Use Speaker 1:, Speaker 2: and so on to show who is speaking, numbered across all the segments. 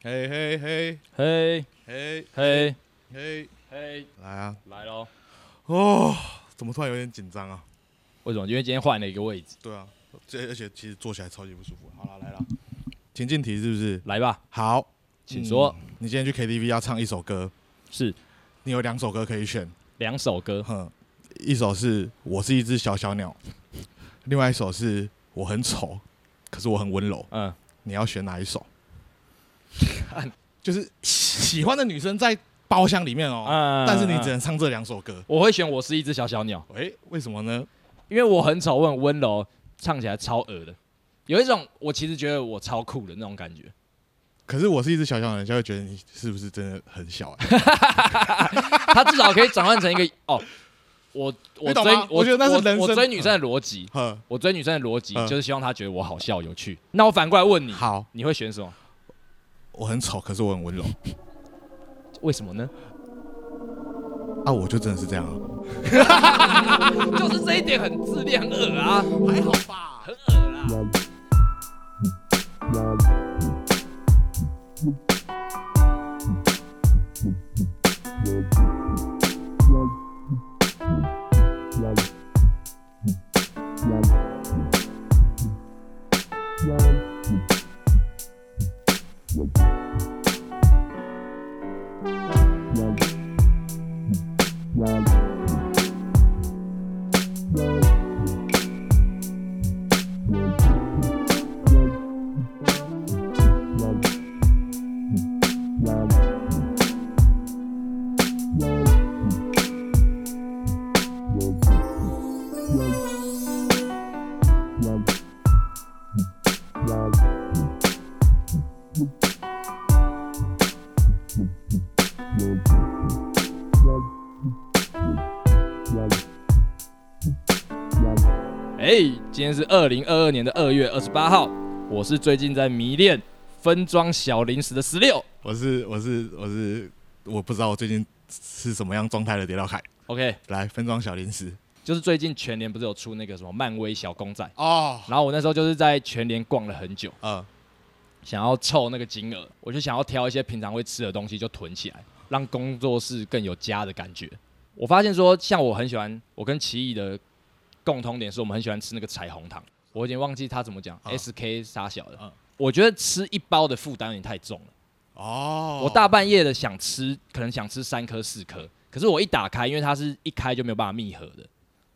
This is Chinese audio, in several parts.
Speaker 1: 嘿嘿嘿
Speaker 2: 嘿，
Speaker 1: 嘿
Speaker 2: 嘿，
Speaker 1: 嘿，
Speaker 2: 嘿，
Speaker 1: 来啊！
Speaker 2: 来喽！
Speaker 1: 哦，怎么突然有点紧张啊？
Speaker 2: 为什么？因为今天换了一个位置。
Speaker 1: 对啊，这而且其实坐起来超级不舒服。好了，来了，情境题是不是？
Speaker 2: 来吧，
Speaker 1: 好，
Speaker 2: 请说。
Speaker 1: 嗯你今天去 KTV 要唱一首歌，
Speaker 2: 是
Speaker 1: 你有两首歌可以选，
Speaker 2: 两首歌，
Speaker 1: 哼，一首是我是一只小小鸟，另外一首是我很丑，可是我很温柔。
Speaker 2: 嗯，
Speaker 1: 你要选哪一首？就是喜欢的女生在包厢里面哦，
Speaker 2: 嗯
Speaker 1: 但是你只能唱这两首歌。
Speaker 2: 我会选《我是一只小小鸟》，
Speaker 1: 诶，为什么呢？
Speaker 2: 因为我很丑，我很温柔，唱起来超恶的，有一种我其实觉得我超酷的那种感觉。
Speaker 1: 可是我是一只小小鸟，人家会觉得你是不是真的很小、 啊？
Speaker 2: 它至少可以转换成 一个哦，我我
Speaker 1: 你懂
Speaker 2: 追
Speaker 1: 吗
Speaker 2: 我
Speaker 1: 我觉得那是人生
Speaker 2: 我追女生的逻辑，
Speaker 1: 呵，
Speaker 2: 我追女生的逻辑
Speaker 1: 嗯
Speaker 2: 就是希望她觉得我好笑有趣。那我反过来问你，
Speaker 1: 好，
Speaker 2: 你会选什么？
Speaker 1: 我很丑，可是我很温柔
Speaker 2: 为什么呢？
Speaker 1: 啊，我就真的是这样、啊，
Speaker 2: 就是这一点很自恋、很恶啊，
Speaker 1: 还好吧？
Speaker 2: 很恶啊啦。哎、今天是二零二二年的二月二十八号，我是最近在迷恋分装小零食的十六。
Speaker 1: 我是我是我是我不知道我最近是什么样状态的。跌到凯，
Speaker 2: OK，
Speaker 1: 来分装小零食
Speaker 2: 就是最近全联不是有出那个什么漫威小公仔，
Speaker 1: 哦，
Speaker 2: 然后我那时候就是在全联逛了很久，
Speaker 1: 呃，
Speaker 2: 想要凑那个金额，我就想要挑一些平常会吃的东西就囤起来，让工作室更有家的感觉。我发现说，像我很喜欢，我跟奇异的共同点是我们很喜欢吃那个彩虹糖，我有点忘记他怎么讲、
Speaker 1: 啊
Speaker 2: s k 沙小的。
Speaker 1: 嗯
Speaker 2: 我觉得吃一包的负担有点太重了，
Speaker 1: 哦，
Speaker 2: 我大半夜的想吃，可能想吃三颗四颗，可是我一打开，因为它是一开就没有办法密合的，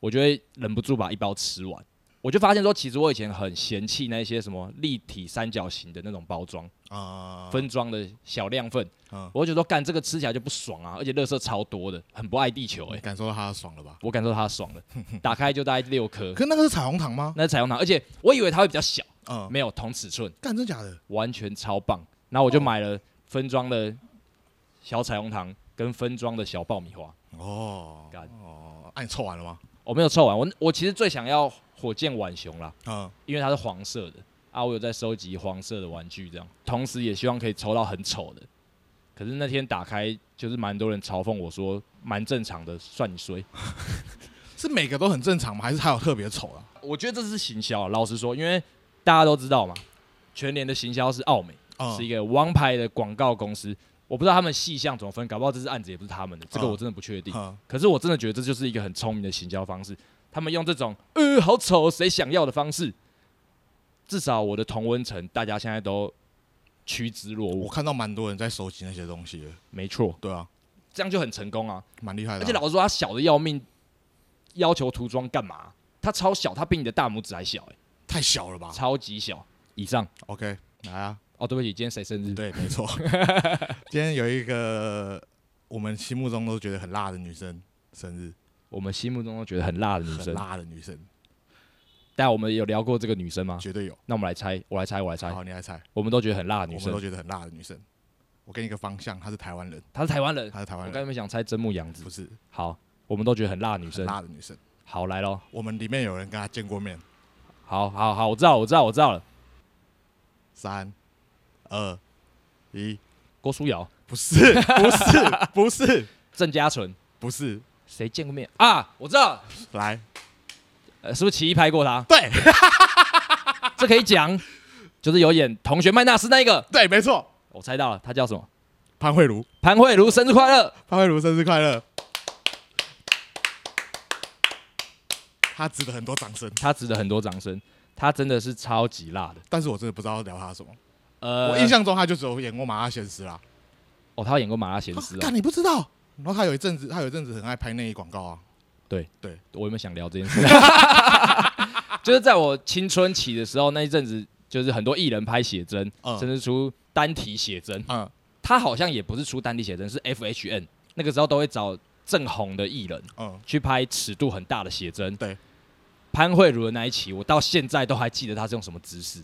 Speaker 2: 我就会忍不住把一包吃完。我就发现说，其实我以前很嫌弃那些什么立体三角形的那种包装。
Speaker 1: 啊
Speaker 2: 分装的小量份，
Speaker 1: 嗯
Speaker 2: 我就觉得说干这个吃起来就不爽啊，而且垃圾超多的，很不爱地球哎、
Speaker 1: 感受到他的爽了吧？
Speaker 2: 我感受到它 爽了，打开就大概六颗，
Speaker 1: 可那个是彩虹糖吗？
Speaker 2: 那是彩虹糖，而且我以为它会比较小，
Speaker 1: 嗯，
Speaker 2: 没有同尺寸，
Speaker 1: 干真假的？
Speaker 2: 完全超棒。然后我就买了分装的小彩虹糖跟分装的小爆米花，
Speaker 1: 哦，
Speaker 2: 干
Speaker 1: 哦，啊，你凑完了吗？
Speaker 2: 我没有凑完，我我其实最想要火箭浣熊啦，
Speaker 1: 嗯，
Speaker 2: 因为它是黄色的啊，我有在收集黄色的玩具，这样，同时也希望可以抽到很丑的。可是那天打开，就是蛮多人嘲讽我说，蛮正常的，算你衰。
Speaker 1: 是每个都很正常吗？还是他有特别丑啊？
Speaker 2: 我觉得这是行销啊，老实说，因为大家都知道嘛，全年的行销是奥美，
Speaker 1: 嗯
Speaker 2: 是一个王牌的广告公司。我不知道他们细项怎么分，搞不好这次案子也不是他们的，这个
Speaker 1: 嗯
Speaker 2: 我真的不确定。
Speaker 1: 嗯
Speaker 2: 可是我真的觉得这就是一个很聪明的行销方式。他们用这种“呃，好丑，谁想要”的方式，至少我的同温层大家现在都趋之若
Speaker 1: 我
Speaker 2: 鹜。
Speaker 1: 看到蛮多人在收集那些东西的，
Speaker 2: 没错，
Speaker 1: 对啊，
Speaker 2: 这样就很成功啊！
Speaker 1: 蛮厉害的啊、
Speaker 2: 而且老实说，他小的要命，要求涂装干嘛？他超小，他比你的大拇指还小、欸，
Speaker 1: 太小了吧
Speaker 2: 超级小。以上
Speaker 1: ？OK，来啊，
Speaker 2: 哦，对不起，今天谁生日？
Speaker 1: 对，没 错。今天有一个我们心目中都觉得很辣的女生生日，
Speaker 2: 我们心目中都觉得很辣的女
Speaker 1: 很
Speaker 2: 生，
Speaker 1: 辣的女生
Speaker 2: 但我们有聊过这个女生吗？
Speaker 1: 绝对有。
Speaker 2: 那我们来猜，我来猜，啊我来猜，
Speaker 1: 好，你来猜，
Speaker 2: 我们都觉得很辣的
Speaker 1: 我
Speaker 2: 女
Speaker 1: 们都
Speaker 2: 生，
Speaker 1: 觉得很辣的女生。我给你一个方向，她是台湾人，
Speaker 2: 她是台湾人。
Speaker 1: 她是台
Speaker 2: 我
Speaker 1: 湾
Speaker 2: 刚
Speaker 1: 人，
Speaker 2: 才没想猜真木阳子
Speaker 1: 不，是
Speaker 2: 好，我们都觉得很辣的女
Speaker 1: 很
Speaker 2: 生。
Speaker 1: 辣的女生。
Speaker 2: 好，来喽，
Speaker 1: 我们里面有人跟她见过面。
Speaker 2: 好好好，我知道，我知道，我知道了。
Speaker 1: 三、二、一，
Speaker 2: 郭书瑶、
Speaker 1: 不是，不是，不是，
Speaker 2: 郑嘉纯，
Speaker 1: 不是，
Speaker 2: 谁见过面啊？我知道，
Speaker 1: 来，
Speaker 2: 呃，是不是奇艺拍 过她？
Speaker 1: 对，
Speaker 2: 这可以讲，就是有演《同学麦纳斯》那一个。
Speaker 1: 对，没错，
Speaker 2: 我猜到了，他叫什么？
Speaker 1: 潘慧茹，
Speaker 2: 潘慧茹，生日快乐！
Speaker 1: 潘慧茹生日快乐！他值得很多掌声，
Speaker 2: 他值得很多掌声，他真的是超级辣的。
Speaker 1: 但是我真的不知道要聊他什么。
Speaker 2: 呃，
Speaker 1: 我印象中他就只有演过《麻辣鲜师》啦。
Speaker 2: 哦，他有演过《麻辣鲜
Speaker 1: 他
Speaker 2: 师》啊
Speaker 1: 干，，你不知道？然后他有一阵子，他有一阵子很爱拍内衣广告啊。
Speaker 2: 我有没有想聊这 件事？就是在我青春期的时候，那一阵子就是很多艺人拍写真，
Speaker 1: 嗯
Speaker 2: 甚至出单体写真。
Speaker 1: 嗯，
Speaker 2: 他好像也不是出单体写真，是 FHN 那个时候都会找正红的艺人
Speaker 1: 嗯，
Speaker 2: 去拍尺度很大的写真。
Speaker 1: 对，
Speaker 2: 潘慧茹的那一期，我到现在都还记得她是用什么姿势，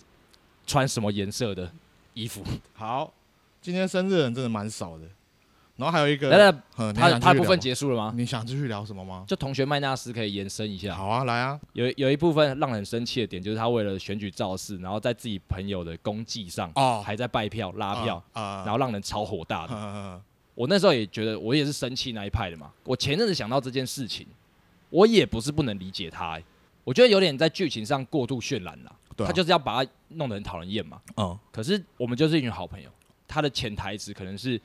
Speaker 2: 穿什么颜色的衣服。
Speaker 1: 好，今天生日的人真的蛮少的。然后还有一个，
Speaker 2: 来来，
Speaker 1: 嗯，你还
Speaker 2: 她
Speaker 1: 想继
Speaker 2: 她
Speaker 1: 续
Speaker 2: 部分
Speaker 1: 聊
Speaker 2: 结束了
Speaker 1: 吗
Speaker 2: 吗？
Speaker 1: 你想继续聊什么吗？
Speaker 2: 就同学麦纳斯可以延伸一下。
Speaker 1: 好啊，来啊，
Speaker 2: 有有一部分让人生气的点，就是他为了选举造势，然后在自己朋友的功绩上
Speaker 1: 哦，
Speaker 2: 还在拜票拉票，
Speaker 1: 啊，
Speaker 2: 然后让人超火大的。
Speaker 1: 嗯
Speaker 2: 我那时候也觉得，我也是生气那一派的嘛。我前阵子想到这件事情，我也不是不能理解他、欸我觉得有点在剧情上过度渲染了，
Speaker 1: 对啊
Speaker 2: 他就是要把它弄得很讨人厌嘛。
Speaker 1: 嗯
Speaker 2: 可是我们就是一群好朋友，他的潜台词可能是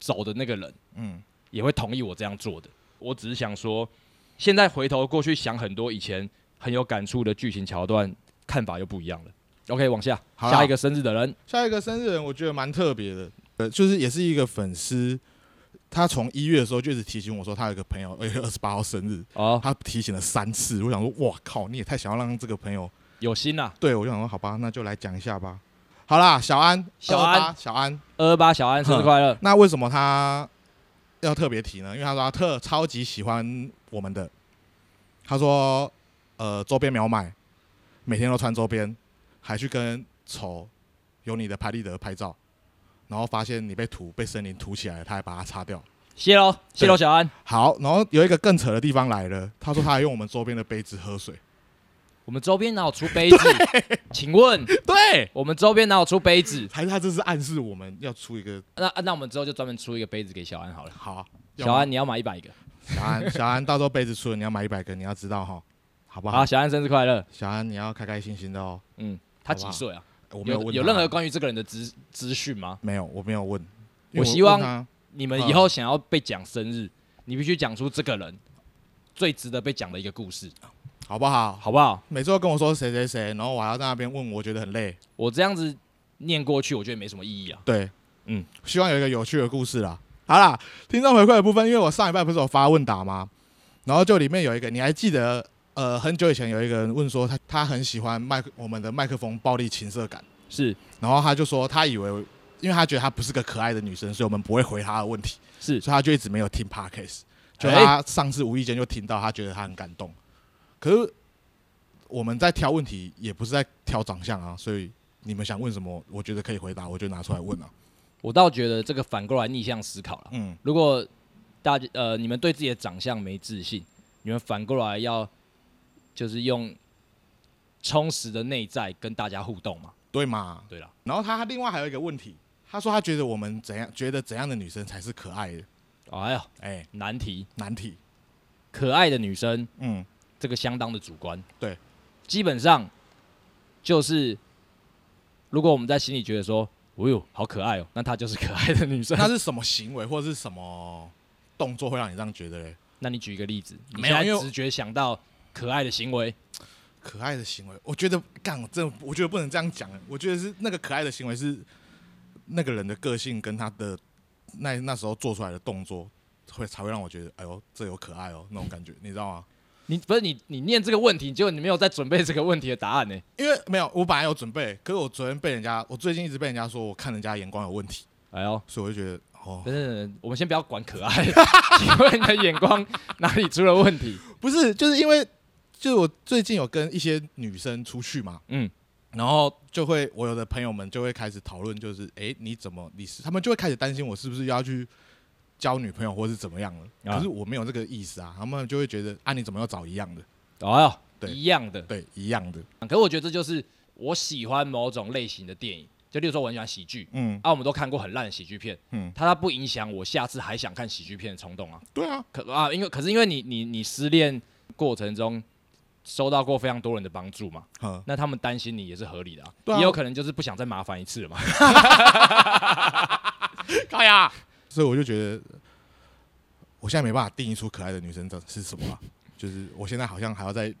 Speaker 2: 走的那个人
Speaker 1: 嗯
Speaker 2: 也会同意我这样做的。我只是想说，现在回头过去想很多以前很有感触的剧情桥段，看法又不一样了。OK，往下，
Speaker 1: 好啦
Speaker 2: 下一个生日的人，
Speaker 1: 下一个生日人，我觉得蛮特别的，呃，就是也是一个粉丝，他从一月的时候就一直提醒我说，他有一个朋友 二月二十八号生日，
Speaker 2: 哦，
Speaker 1: 他提醒了三次。我想说，哇靠，你也太想要让这个朋友，
Speaker 2: 有心啦、
Speaker 1: 对我就想说，好吧，那就来讲一下吧。好啦，小安，
Speaker 2: 小安
Speaker 1: 228，小安，
Speaker 2: 二二八小安生日快乐，
Speaker 1: 那为什么他要特别提呢？因为他说他特超级喜欢我们的，他说呃周边没有买，每天都穿周边，还去跟丑有你的拍立得拍照，然后发现你被涂被森林涂起来了，他还把它擦掉。
Speaker 2: 谢喽，谢喽小安。
Speaker 1: 好，然后有一个更扯的地方来了，他说他还用我们周边的杯子喝水，
Speaker 2: 我们周边哪有出杯 子？请问
Speaker 1: 对，
Speaker 2: 我们周边哪有出杯子？
Speaker 1: 还是他这是暗示我们要出一个
Speaker 2: 那啊那我们之后就专门出一个杯子给小安好了。
Speaker 1: 好要
Speaker 2: 小安，你要买一百个。
Speaker 1: 小安小安，到时候杯子出了你要买一百个，你要知道哈，好不好？
Speaker 2: 好，小安生日快乐。
Speaker 1: 小安你要开开心心的哦。
Speaker 2: 嗯，他
Speaker 1: 好
Speaker 2: 几
Speaker 1: 吧
Speaker 2: 岁啊？
Speaker 1: 我没有
Speaker 2: 有
Speaker 1: 问
Speaker 2: 有
Speaker 1: 他
Speaker 2: 任何关于这个人的资资讯吗？
Speaker 1: 没有，我没有问。因为
Speaker 2: 我希望
Speaker 1: 问他
Speaker 2: 你们
Speaker 1: 嗯
Speaker 2: 以后想要被讲生日，你必须讲出这个人最值得被讲的一个故事，
Speaker 1: 好不好？
Speaker 2: 好不好？
Speaker 1: 每次都跟我说谁谁谁，然后我还要在那边问，我觉得很累。
Speaker 2: 我这样子念过去，我觉得没什么意义啊。
Speaker 1: 对，
Speaker 2: 嗯，
Speaker 1: 希望有一个有趣的故事啦。好啦，听众回馈的部分，因为我上一拜不是有发问答吗？然后就里面有一个，你还记得？呃，很久以前有一个人问说他他很喜欢麦克我们的麦克风暴力情色感，
Speaker 2: 是
Speaker 1: 然后他就说他以为，因为他觉得她不是个可爱的女生，所以我们不会回她的问题，
Speaker 2: 是，
Speaker 1: 所以他就一直没有听 podcast。就
Speaker 2: 哎
Speaker 1: 他上次无意间就听到，他觉得他很感动。可是我们在挑问题，也不是在挑长相啊，所以你们想问什么，我觉得可以回答，我就拿出来问啊。
Speaker 2: 我倒觉得这个反过来逆向思考了。
Speaker 1: 嗯，
Speaker 2: 如果大家呃你们对自己的长相没自信，你们反过来要就是用充实的内在跟大家互动嘛。
Speaker 1: 对嘛。
Speaker 2: 对了，
Speaker 1: 然后他另外还有一个问题，他说他觉得我们怎样，觉得怎样的女生才是可爱的？
Speaker 2: 哎呀，
Speaker 1: 哎、
Speaker 2: 难题，
Speaker 1: 难题。
Speaker 2: 可爱的女生
Speaker 1: 嗯，
Speaker 2: 这个相当的主观。
Speaker 1: 对，
Speaker 2: 基本上就是，如果我们在心里觉得说，哦呦，好可爱哦，那她就是可爱的女生。
Speaker 1: 那是什么行为或者是什么动作会让你这样觉得嘞？
Speaker 2: 那你举一个例子，你
Speaker 1: 没有
Speaker 2: 现
Speaker 1: 因为
Speaker 2: 在
Speaker 1: 我
Speaker 2: 直觉想到可爱的行为，
Speaker 1: 可爱的行为，我觉得干，我真的我觉得不能这样讲。我觉得是那个可爱的行为是那个人的个性跟他的那那时候做出来的动作，会才会让我觉得，哎呦，这有可爱哦那种感觉，你知道吗？
Speaker 2: 你不是你你念这个问题，结果你没有在准备这个问题的答案呢、
Speaker 1: 因为没有，我本来有准备，可是我昨天被人家，我最近一直被人家说我看人家眼光有问题，
Speaker 2: 哎呦，
Speaker 1: 所以我就觉得，哦，
Speaker 2: 等等等等，我们先不要管可爱， 请问你的眼光哪里出了问题？
Speaker 1: 不是，就是因为就是我最近有跟一些女生出去嘛，
Speaker 2: 嗯，
Speaker 1: 然后就会我有的朋友们就会开始讨论，就是诶，你怎么你是他们就会开始担心我是不是要去交女朋友或是怎么样了，
Speaker 2: 啊
Speaker 1: 可是我没有这个意思啊，他们就会觉得啊你怎么要找一样的，
Speaker 2: 哎呦，
Speaker 1: 对
Speaker 2: 一样的。
Speaker 1: 对，一样的，
Speaker 2: 可是我觉得这就是我喜欢某种类型的电影，就例如说我很喜欢喜剧，
Speaker 1: 嗯
Speaker 2: 啊，我们都看过很烂的喜剧片，
Speaker 1: 嗯，
Speaker 2: 它它不影响我下次还想看喜剧片的冲动啊。
Speaker 1: 对啊，
Speaker 2: 可啊，因为可是因为你你你失恋过程中收到过非常多人的帮助嘛，
Speaker 1: 嗯，
Speaker 2: 那他们担心你也是合理的、啊，
Speaker 1: 对啊
Speaker 2: 也有可能就是不想再麻烦一次 了嘛。
Speaker 1: 高雅，所以我就觉得，我现在没办法定义出可爱的女生长是什么、啊，就是我现在好像还要再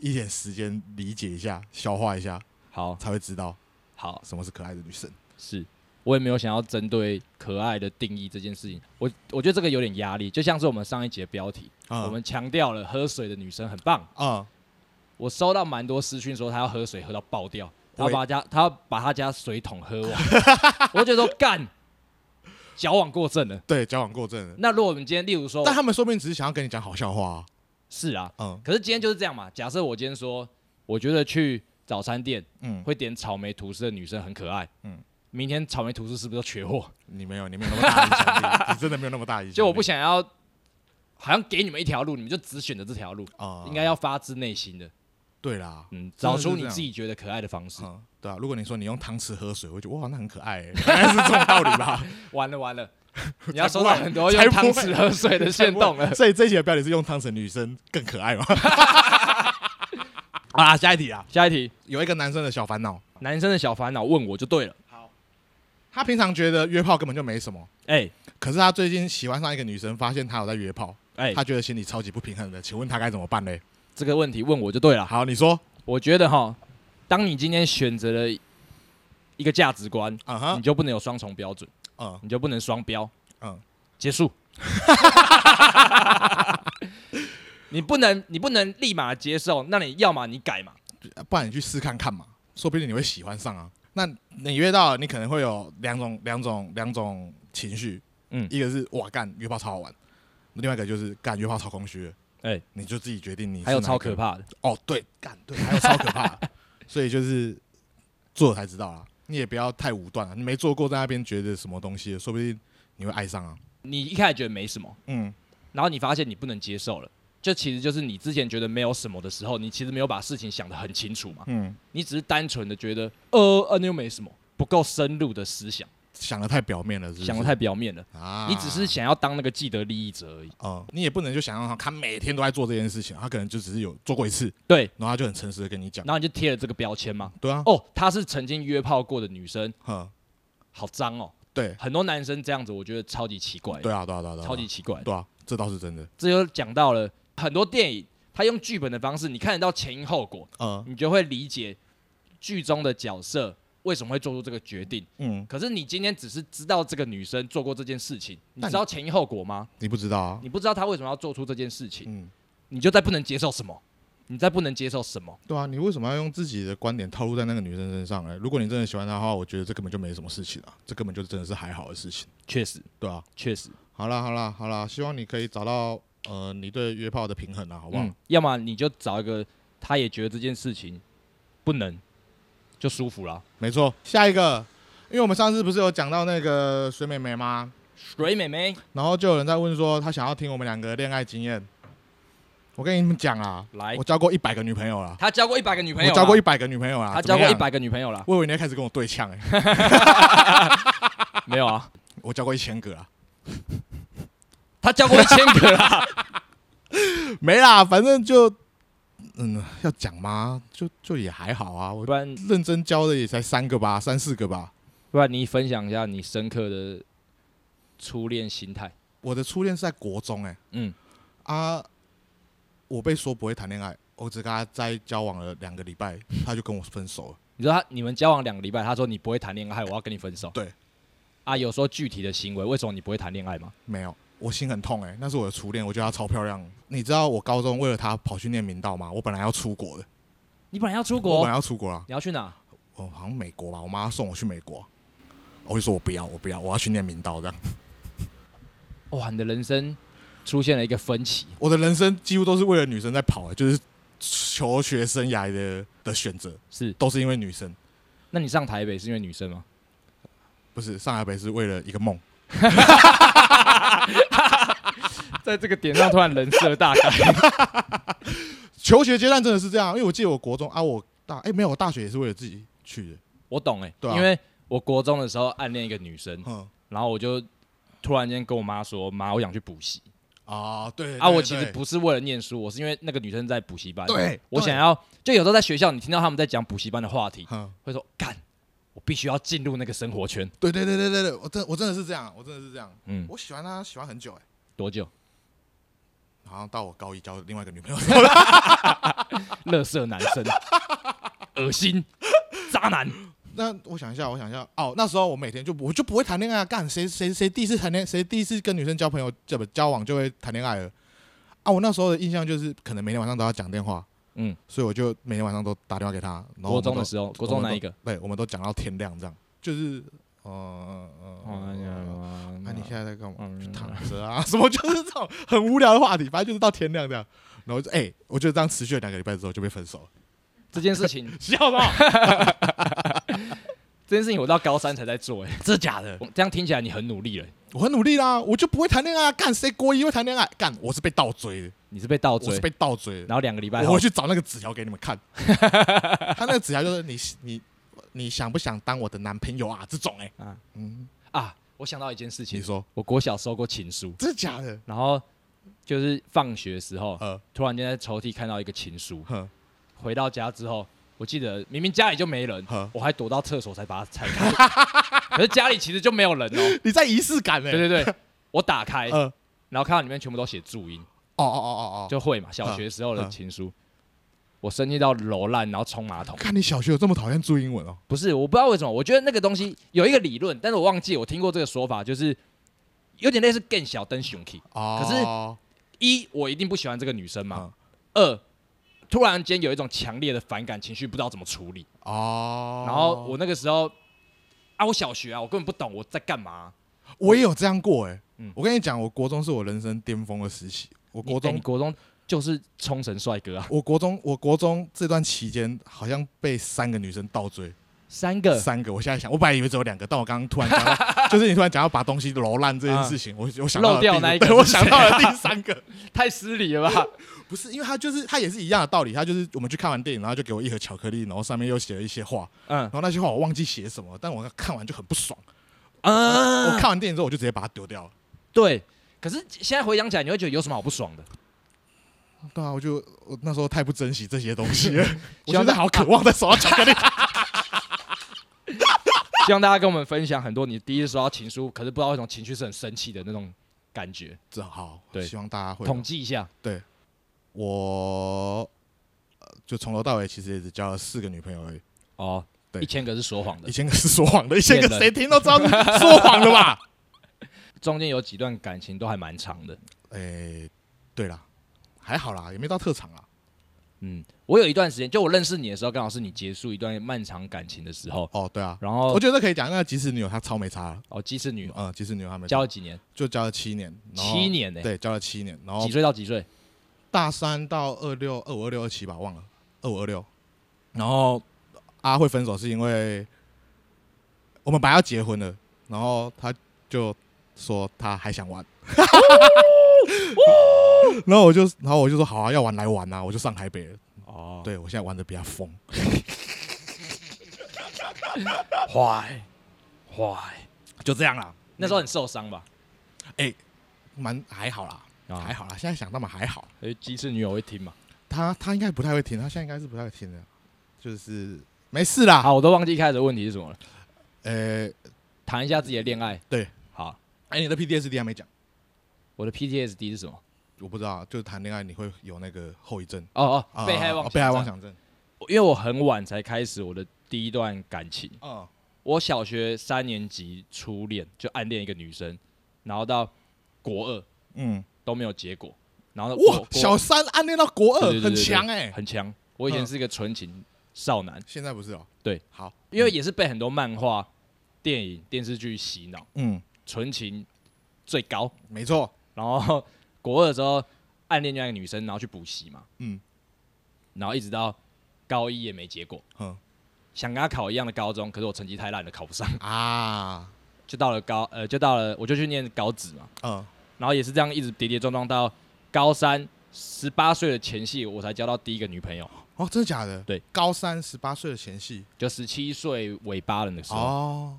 Speaker 1: 一点时间理解一下、消化一下，
Speaker 2: 好
Speaker 1: 才会知道
Speaker 2: 好
Speaker 1: 什么是可爱的女生。
Speaker 2: 是，我也没有想要针对可爱的定义这件事情，我我觉得这个有点压力，就像是我们上一节标题，
Speaker 1: 啊、
Speaker 2: 我们强调了喝水的女生很棒，
Speaker 1: 啊、
Speaker 2: 我收到蛮多私讯说她要喝水喝到爆掉，她要
Speaker 1: 喂
Speaker 2: 把家她要把她家水桶喝完， 我就觉得说干，矫枉过正了。
Speaker 1: 对，交往过正了，
Speaker 2: 那如果我们今天例如说
Speaker 1: 但，他们说不定只是想要跟你讲好笑话、
Speaker 2: 是啊，
Speaker 1: 啊。嗯
Speaker 2: 可是今天就是这样嘛。假设我今天说，我觉得去早餐店
Speaker 1: 嗯，
Speaker 2: 会点草莓吐司的女生很可爱，嗯
Speaker 1: 嗯，
Speaker 2: 明天草莓吐司是不是都缺货？
Speaker 1: 你没有，你没有那么大影响力，你真的没有那么大影响力。
Speaker 2: 就我不想要，好像给你们一条路，你们就只选择这条路，
Speaker 1: 啊、
Speaker 2: 应该要发自内心的，
Speaker 1: 对啦。
Speaker 2: 嗯，
Speaker 1: 真
Speaker 2: 找
Speaker 1: 的是
Speaker 2: 出你
Speaker 1: 这样
Speaker 2: 自己觉得可爱的方式。
Speaker 1: 嗯，对啊，如果你说你用汤匙喝水，我会觉得哇，那很可爱、欸， 大概是这种道理 吧。
Speaker 2: 完了 完了，你要
Speaker 1: 才
Speaker 2: 收
Speaker 1: 不
Speaker 2: 到
Speaker 1: 会
Speaker 2: 很多用
Speaker 1: 才不
Speaker 2: 汤
Speaker 1: 会
Speaker 2: 匙喝水的线动了
Speaker 1: 所以这一集的标题是用汤匙女生更可 爱吗？好啦，下一题啊，
Speaker 2: 下一题，
Speaker 1: 有一个男生的小烦恼，
Speaker 2: 男生的小烦恼问我就对了。
Speaker 1: 他平常觉得约炮根本就没什么，
Speaker 2: 哎
Speaker 1: 可是他最近喜欢上一个女生，发现他有在约炮，
Speaker 2: 哎，
Speaker 1: 他觉得心里超级不平衡的，请问他该怎么办嘞？
Speaker 2: 这个问题问我就对了。
Speaker 1: 好，你说，
Speaker 2: 我觉得哈，当你今天选择了一个价值观，
Speaker 1: 嗯
Speaker 2: 你
Speaker 1: 哼，
Speaker 2: 就不能有双重标准，
Speaker 1: 嗯
Speaker 2: 你就不能双标。
Speaker 1: 嗯，
Speaker 2: 结束。 你不能，你不能立马接受，那你要么你改嘛。
Speaker 1: 不然你去试看看嘛，说不定你会喜欢上啊。那你约到了，你可能会有两种、两种、两种情绪，
Speaker 2: 嗯
Speaker 1: 一个是哇干约炮超好玩，另外一个就是干约炮超空虚的，
Speaker 2: 哎
Speaker 1: 你就自己决定你是
Speaker 2: 还有
Speaker 1: 哪
Speaker 2: 超
Speaker 1: 一个
Speaker 2: 可怕的，
Speaker 1: 哦，对，干对，还有超可 怕的，所以就是做了才知道啦。你也不要太武断了，你没做过在那边觉得什么东西，说不定你会爱上啊。
Speaker 2: 你一开始觉得没什么，
Speaker 1: 嗯，
Speaker 2: 然后你发现你不能接受了，就其实就是你之前觉得没有什么的时候，你其实没有把事情想得很清楚嘛，
Speaker 1: 嗯，
Speaker 2: 你只是单纯的觉得呃呃那又没什么，不够深入的思想，
Speaker 1: 想的太表面了是不是，
Speaker 2: 想得太表面了，
Speaker 1: 啊，
Speaker 2: 你只是想要当那个既得利益者而已。
Speaker 1: 哦、你也不能就想让他，他每天都在做这件事情，他可能就只是有做过一次，
Speaker 2: 对，
Speaker 1: 然后他就很诚实的跟你讲，
Speaker 2: 然后你就贴了这个标签嘛，
Speaker 1: 对啊，
Speaker 2: 哦，她是曾经约炮过的女生，
Speaker 1: 嗯，
Speaker 2: 好脏哦，
Speaker 1: 对，
Speaker 2: 很多男生这样子，我觉得超级奇怪，
Speaker 1: 对啊，对啊，对啊，对啊
Speaker 2: 哎超级奇怪。
Speaker 1: 对啊，这倒是真的，
Speaker 2: 这就讲到了很多电影，他用剧本的方式，你看得到前因后果，
Speaker 1: 嗯
Speaker 2: 你就会理解剧中的角色为什么会做出这个决定。
Speaker 1: 嗯，
Speaker 2: 可是你今天只是知道这个女生做过这件事情，你
Speaker 1: 但
Speaker 2: 知道前因后果吗？
Speaker 1: 你不知道啊，
Speaker 2: 你不知道她为什么要做出这件事情，
Speaker 1: 嗯，
Speaker 2: 你就再不能接受什么，你再不能接受什么。
Speaker 1: 对啊，你为什么要用自己的观点套路在那个女生身上呢？如果你真的喜欢她的话，我觉得这根本就没什么事情啊，这根本就真的是还好的事情，
Speaker 2: 确实，
Speaker 1: 对啊。
Speaker 2: 确实，
Speaker 1: 好啦好啦好啦，希望你可以找到呃你对约炮的平衡啊，好不好？
Speaker 2: 嗯，要么你就找一个，她也觉得这件事情不能，就舒服了。
Speaker 1: 没错，下一个，因为我们上次不是有讲到那个水美眉吗？
Speaker 2: 水妹妹，
Speaker 1: 然后就有人在问说，她想要听我们两个恋爱经验。我跟你们讲啊，
Speaker 2: 来
Speaker 1: 我，交过一百个女朋友啦，
Speaker 2: 她交过一百个啊女朋友
Speaker 1: 我
Speaker 2: 哎啦，
Speaker 1: 交过一百个女朋友啦，
Speaker 2: 她
Speaker 1: 怎
Speaker 2: 交
Speaker 1: 么
Speaker 2: 过
Speaker 1: 样
Speaker 2: 一，百个女朋友了，
Speaker 1: 我以为你要开始跟我对呛哎、
Speaker 2: 没有啊？
Speaker 1: 我交过一千个啊啦，
Speaker 2: 她交过一千个 啦，
Speaker 1: 没啦，反正就嗯，要讲吗？就就也还好啊，我
Speaker 2: 不然
Speaker 1: 认真交的也才三个吧，三四个吧。
Speaker 2: 不然你分享一下你深刻的初恋心态。
Speaker 1: 我的初恋是在国中哎、
Speaker 2: 嗯，
Speaker 1: 啊，我被说不会谈恋爱，我只跟他在交往了两个礼拜，他就跟我分手了。
Speaker 2: 你说他你们交往两个礼拜，他说你不会谈恋爱，我要跟你分手。
Speaker 1: 对。
Speaker 2: 啊，有说具体的行为，为什么你不会谈恋爱吗？
Speaker 1: 没有，我心很痛哎、那是我的初恋，我觉得她超漂亮。你知道我高中为了她跑去念明道吗？我本来要出国的，
Speaker 2: 你本来要出
Speaker 1: 我
Speaker 2: 国
Speaker 1: 本，来要出国啦，
Speaker 2: 你要去哪？
Speaker 1: 我好像美国啊吧，我妈送我去美国，哦我就说我不要，我不要，我要去念明道这样。
Speaker 2: 哇，你的人生出现了一个分歧。
Speaker 1: 我的人生几乎都是为了女生在跑、欸，就是求学生涯的的选择
Speaker 2: 是，
Speaker 1: 都是因为女生，
Speaker 2: 那你上台北是因为女生吗？
Speaker 1: 不是上海北是为了一个梦。
Speaker 2: 在这个点上突然人设大改。
Speaker 1: 求学阶段真的是这样，因为我记得我国中啊，我大哎、没有，我大学也是为了自己去的，
Speaker 2: 我懂哎、
Speaker 1: 对啊
Speaker 2: 因为我国中的时候暗恋一个女生，
Speaker 1: 嗯
Speaker 2: 然后我就突然间跟我妈说：“妈，我想去补习。”
Speaker 1: 哦，对
Speaker 2: 啊，
Speaker 1: 对
Speaker 2: 我其实
Speaker 1: 对
Speaker 2: 不是为了念书，我是因为那个女生在补习班，
Speaker 1: 对
Speaker 2: 我
Speaker 1: 对
Speaker 2: 想要就有时候在学校，你听到他们在讲补习班的话题，
Speaker 1: 哼，
Speaker 2: 会说干，我必须要进入那个生活圈，
Speaker 1: 对对对对对对，我真我真的是这样，我真的是这样，
Speaker 2: 嗯，
Speaker 1: 我喜欢他喜欢很久哎、
Speaker 2: 多久？
Speaker 1: 好像到我高一交另外一个女朋友，
Speaker 2: 乐色男生，恶心，渣男，
Speaker 1: 那我想一下，我想一下，哦，那时候我每天就不我就不会谈恋爱啊，干谁谁谁第一次谈恋谁第一次跟女生交朋友这不交往就会谈恋爱了啊！我那时候的印象就是可能每天晚上都要讲电话，
Speaker 2: 嗯，
Speaker 1: 所以我就每天晚上都打电话给她。然后我
Speaker 2: 国
Speaker 1: 们
Speaker 2: 中
Speaker 1: 都
Speaker 2: 的时候，
Speaker 1: 我
Speaker 2: 国中
Speaker 1: 们
Speaker 2: 哪
Speaker 1: 都
Speaker 2: 一个？
Speaker 1: 对，我们都讲到天亮这样，就是呃呃
Speaker 2: 哦哎啊
Speaker 1: 呃，那、你现在在干嘛？
Speaker 2: 嗯
Speaker 1: 就躺着啊， 什么就是这种很无聊的话题，反正就是到天亮这样。然后就哎、我就这样持续了两个礼拜之后就被分手 了，
Speaker 2: 这 件事情，
Speaker 1: 笑到
Speaker 2: 这件事情我到高三才在做，哎，这假的？这样听起来你很努力了，
Speaker 1: 我很努力啦，我就不会谈恋爱啊，干谁国一会谈恋爱？干我是被倒追的，
Speaker 2: 你是被倒
Speaker 1: 我
Speaker 2: 追
Speaker 1: 是，被倒追的。
Speaker 2: 然后两个礼拜
Speaker 1: 我
Speaker 2: 后
Speaker 1: 会，去找那个纸条给你们 看，他那个纸条就是你你你想不想当我的男朋友啊？这种哎、
Speaker 2: 啊
Speaker 1: 嗯，
Speaker 2: 啊，我想到一件事
Speaker 1: 你
Speaker 2: 情，
Speaker 1: 说
Speaker 2: 我国小收过情书，
Speaker 1: 真的假的？
Speaker 2: 然后就是放学时候，
Speaker 1: 呃，
Speaker 2: 突然间在抽屉看到一个情书，
Speaker 1: 哼
Speaker 2: 回到家之后，我记得明明家里就没人
Speaker 1: 呵，
Speaker 2: 我还躲到厕所才把它 拆开，可是家里其实就没有人哦。
Speaker 1: 你在仪式感哎、
Speaker 2: 对对对，我打开，
Speaker 1: 呃，
Speaker 2: 然后看到里面全部都写注音，
Speaker 1: 哦哦哦哦哦，
Speaker 2: 就会嘛，小学时候的情书。我生气到揉烂，然后冲马桶。
Speaker 1: 看你小学有这么讨厌注英文哦？
Speaker 2: 不是，我不知道为什么，我觉得那个东西有一个理论，但是我忘记我听过这个说法，就是有点类似更小灯熊 key。
Speaker 1: 哦，
Speaker 2: 一，我一定不喜欢这个女生嘛
Speaker 1: 嗯。
Speaker 2: 二，突然间有一种强烈的反感情绪，不知道怎么处理。
Speaker 1: 可是哦，
Speaker 2: 然后我那个时候啊，我小学啊，我根本不懂我在干嘛。
Speaker 1: 我也有这样过哎、
Speaker 2: 嗯
Speaker 1: 我跟你讲，我国中是我人生巅峰的时期，我
Speaker 2: 你
Speaker 1: 国
Speaker 2: 哎你
Speaker 1: 中。
Speaker 2: 国中就是冲绳帅哥啊，
Speaker 1: 我国中，我国中这段期间好像被三个女生倒追，
Speaker 2: 三个
Speaker 1: 三个。我现在想，我本来以为只有两个，但我刚刚突然讲 到，就是你突然讲到把东西揉烂这件事情，我我想到了
Speaker 2: 啊漏掉
Speaker 1: 第
Speaker 2: 那一个
Speaker 1: 对我
Speaker 2: 是
Speaker 1: 想
Speaker 2: 谁啊
Speaker 1: 到了第三个，
Speaker 2: 太失礼了吧？
Speaker 1: 不是，因为他就是他也是一样的道理，他就是我们去看完电影，然后就给我一盒巧克力，然后上面又写了一些话，
Speaker 2: 嗯
Speaker 1: 然后那些话我忘记写什么，但我看完就很不爽，我
Speaker 2: 啊，
Speaker 1: 看完电影之后我就直接把它丢掉了。
Speaker 2: 对。可是现在回想起来，你会觉得有什么好不爽的？
Speaker 1: 对啊，我就我那时候太不珍惜这些东 西了，我
Speaker 2: 希望
Speaker 1: 现
Speaker 2: 大
Speaker 1: 在好渴望在手上巧克力。
Speaker 2: 希望大家跟我们分享很多你第一次收到情书，可是不知道为什么情绪是很生气的那种感觉。
Speaker 1: 正好，
Speaker 2: 对
Speaker 1: 希望大家会哦
Speaker 2: 统计一下，
Speaker 1: 我呃就从头到尾其实也只交了四个女朋友而已，
Speaker 2: 哦，
Speaker 1: 对
Speaker 2: 一千个是说谎的
Speaker 1: 一，千个是说谎的，一千个
Speaker 2: 骗人
Speaker 1: 谁听都知道是说谎的吧？
Speaker 2: 中间有几段感情都还蛮长的。
Speaker 1: 哎、对啦，还好啦，也没到特长啦。
Speaker 2: 嗯，我有一段时间，就我认识你的时候，刚好是你结束一段漫长感情的时候，
Speaker 1: 哦，对啊，
Speaker 2: 然后
Speaker 1: 我觉得可以讲，那即使女友她超没差了，
Speaker 2: 哦，鸡翅女
Speaker 1: 嗯，即使女友她没
Speaker 2: 交
Speaker 1: 差
Speaker 2: 了几年？
Speaker 1: 就交了七年，然后
Speaker 2: 七年呢、
Speaker 1: 对，交了七年，然后
Speaker 2: 几岁到几岁？
Speaker 1: 大三到二六二五二六二七吧，忘了二五二六，然后啊会分手是因为我们本来要结婚了，然后他就说他还想玩， 然后我就然后我就说好啊，要玩来玩啊，我就上台北了，
Speaker 2: 哦，
Speaker 1: 对我现在玩的比较疯，
Speaker 2: 坏坏，
Speaker 1: 就这样啦，
Speaker 2: 那时候很受伤吧？
Speaker 1: 蛮还好啦，还
Speaker 2: 啊，
Speaker 1: 好啦，现在想到嘛还好，
Speaker 2: 哎，鸡翅女友会听嘛？
Speaker 1: 他他应该不太会听，他现在应该是不太会听的，就是没事啦，
Speaker 2: 好，我都忘记一开始的问题是什么了，
Speaker 1: 呃，
Speaker 2: 谈一下自己的恋爱。
Speaker 1: 对，
Speaker 2: 好，
Speaker 1: 哎，你的 PDSD 还没讲。
Speaker 2: 我的 PTSD 是什么？
Speaker 1: 我不知道，就是谈恋爱你会有那个后遗症，
Speaker 2: 哦
Speaker 1: 啊
Speaker 2: 哦，被害妄
Speaker 1: 啊被害妄
Speaker 2: 症，
Speaker 1: 想症。
Speaker 2: 因为我很晚才开始我的第一段感情，
Speaker 1: 嗯，
Speaker 2: 我小学三年级初恋就暗恋一个女生，然后到国二
Speaker 1: 嗯，
Speaker 2: 都没有结果，然后到国
Speaker 1: 哇，
Speaker 2: 国
Speaker 1: 小三暗恋到国二
Speaker 2: 对对，对
Speaker 1: 很
Speaker 2: 对
Speaker 1: 强哎。
Speaker 2: 很强。我以前是一个纯情少男，
Speaker 1: 现在不是哦。
Speaker 2: 对，
Speaker 1: 好，
Speaker 2: 因为也是被很多漫画、电影、电视剧洗脑，
Speaker 1: 嗯，
Speaker 2: 纯情最高。
Speaker 1: 没错，
Speaker 2: 然后国二的时候暗恋另外一个女生，然后去补习嘛，
Speaker 1: 嗯
Speaker 2: 然后一直到高一也没结果，
Speaker 1: 嗯
Speaker 2: 想跟她考一样的高中，可是我成绩太烂了，考不上，
Speaker 1: 啊，
Speaker 2: 就到了高呃，就到了我就去念高职嘛，
Speaker 1: 嗯，
Speaker 2: 然后也是这样一直跌跌撞撞到高三十八岁的前夕，我才交到第一个女朋友，
Speaker 1: 哦，真的假的？
Speaker 2: 对，
Speaker 1: 高三十八岁的前戏
Speaker 2: 就十七岁尾巴了那时候。
Speaker 1: 哦，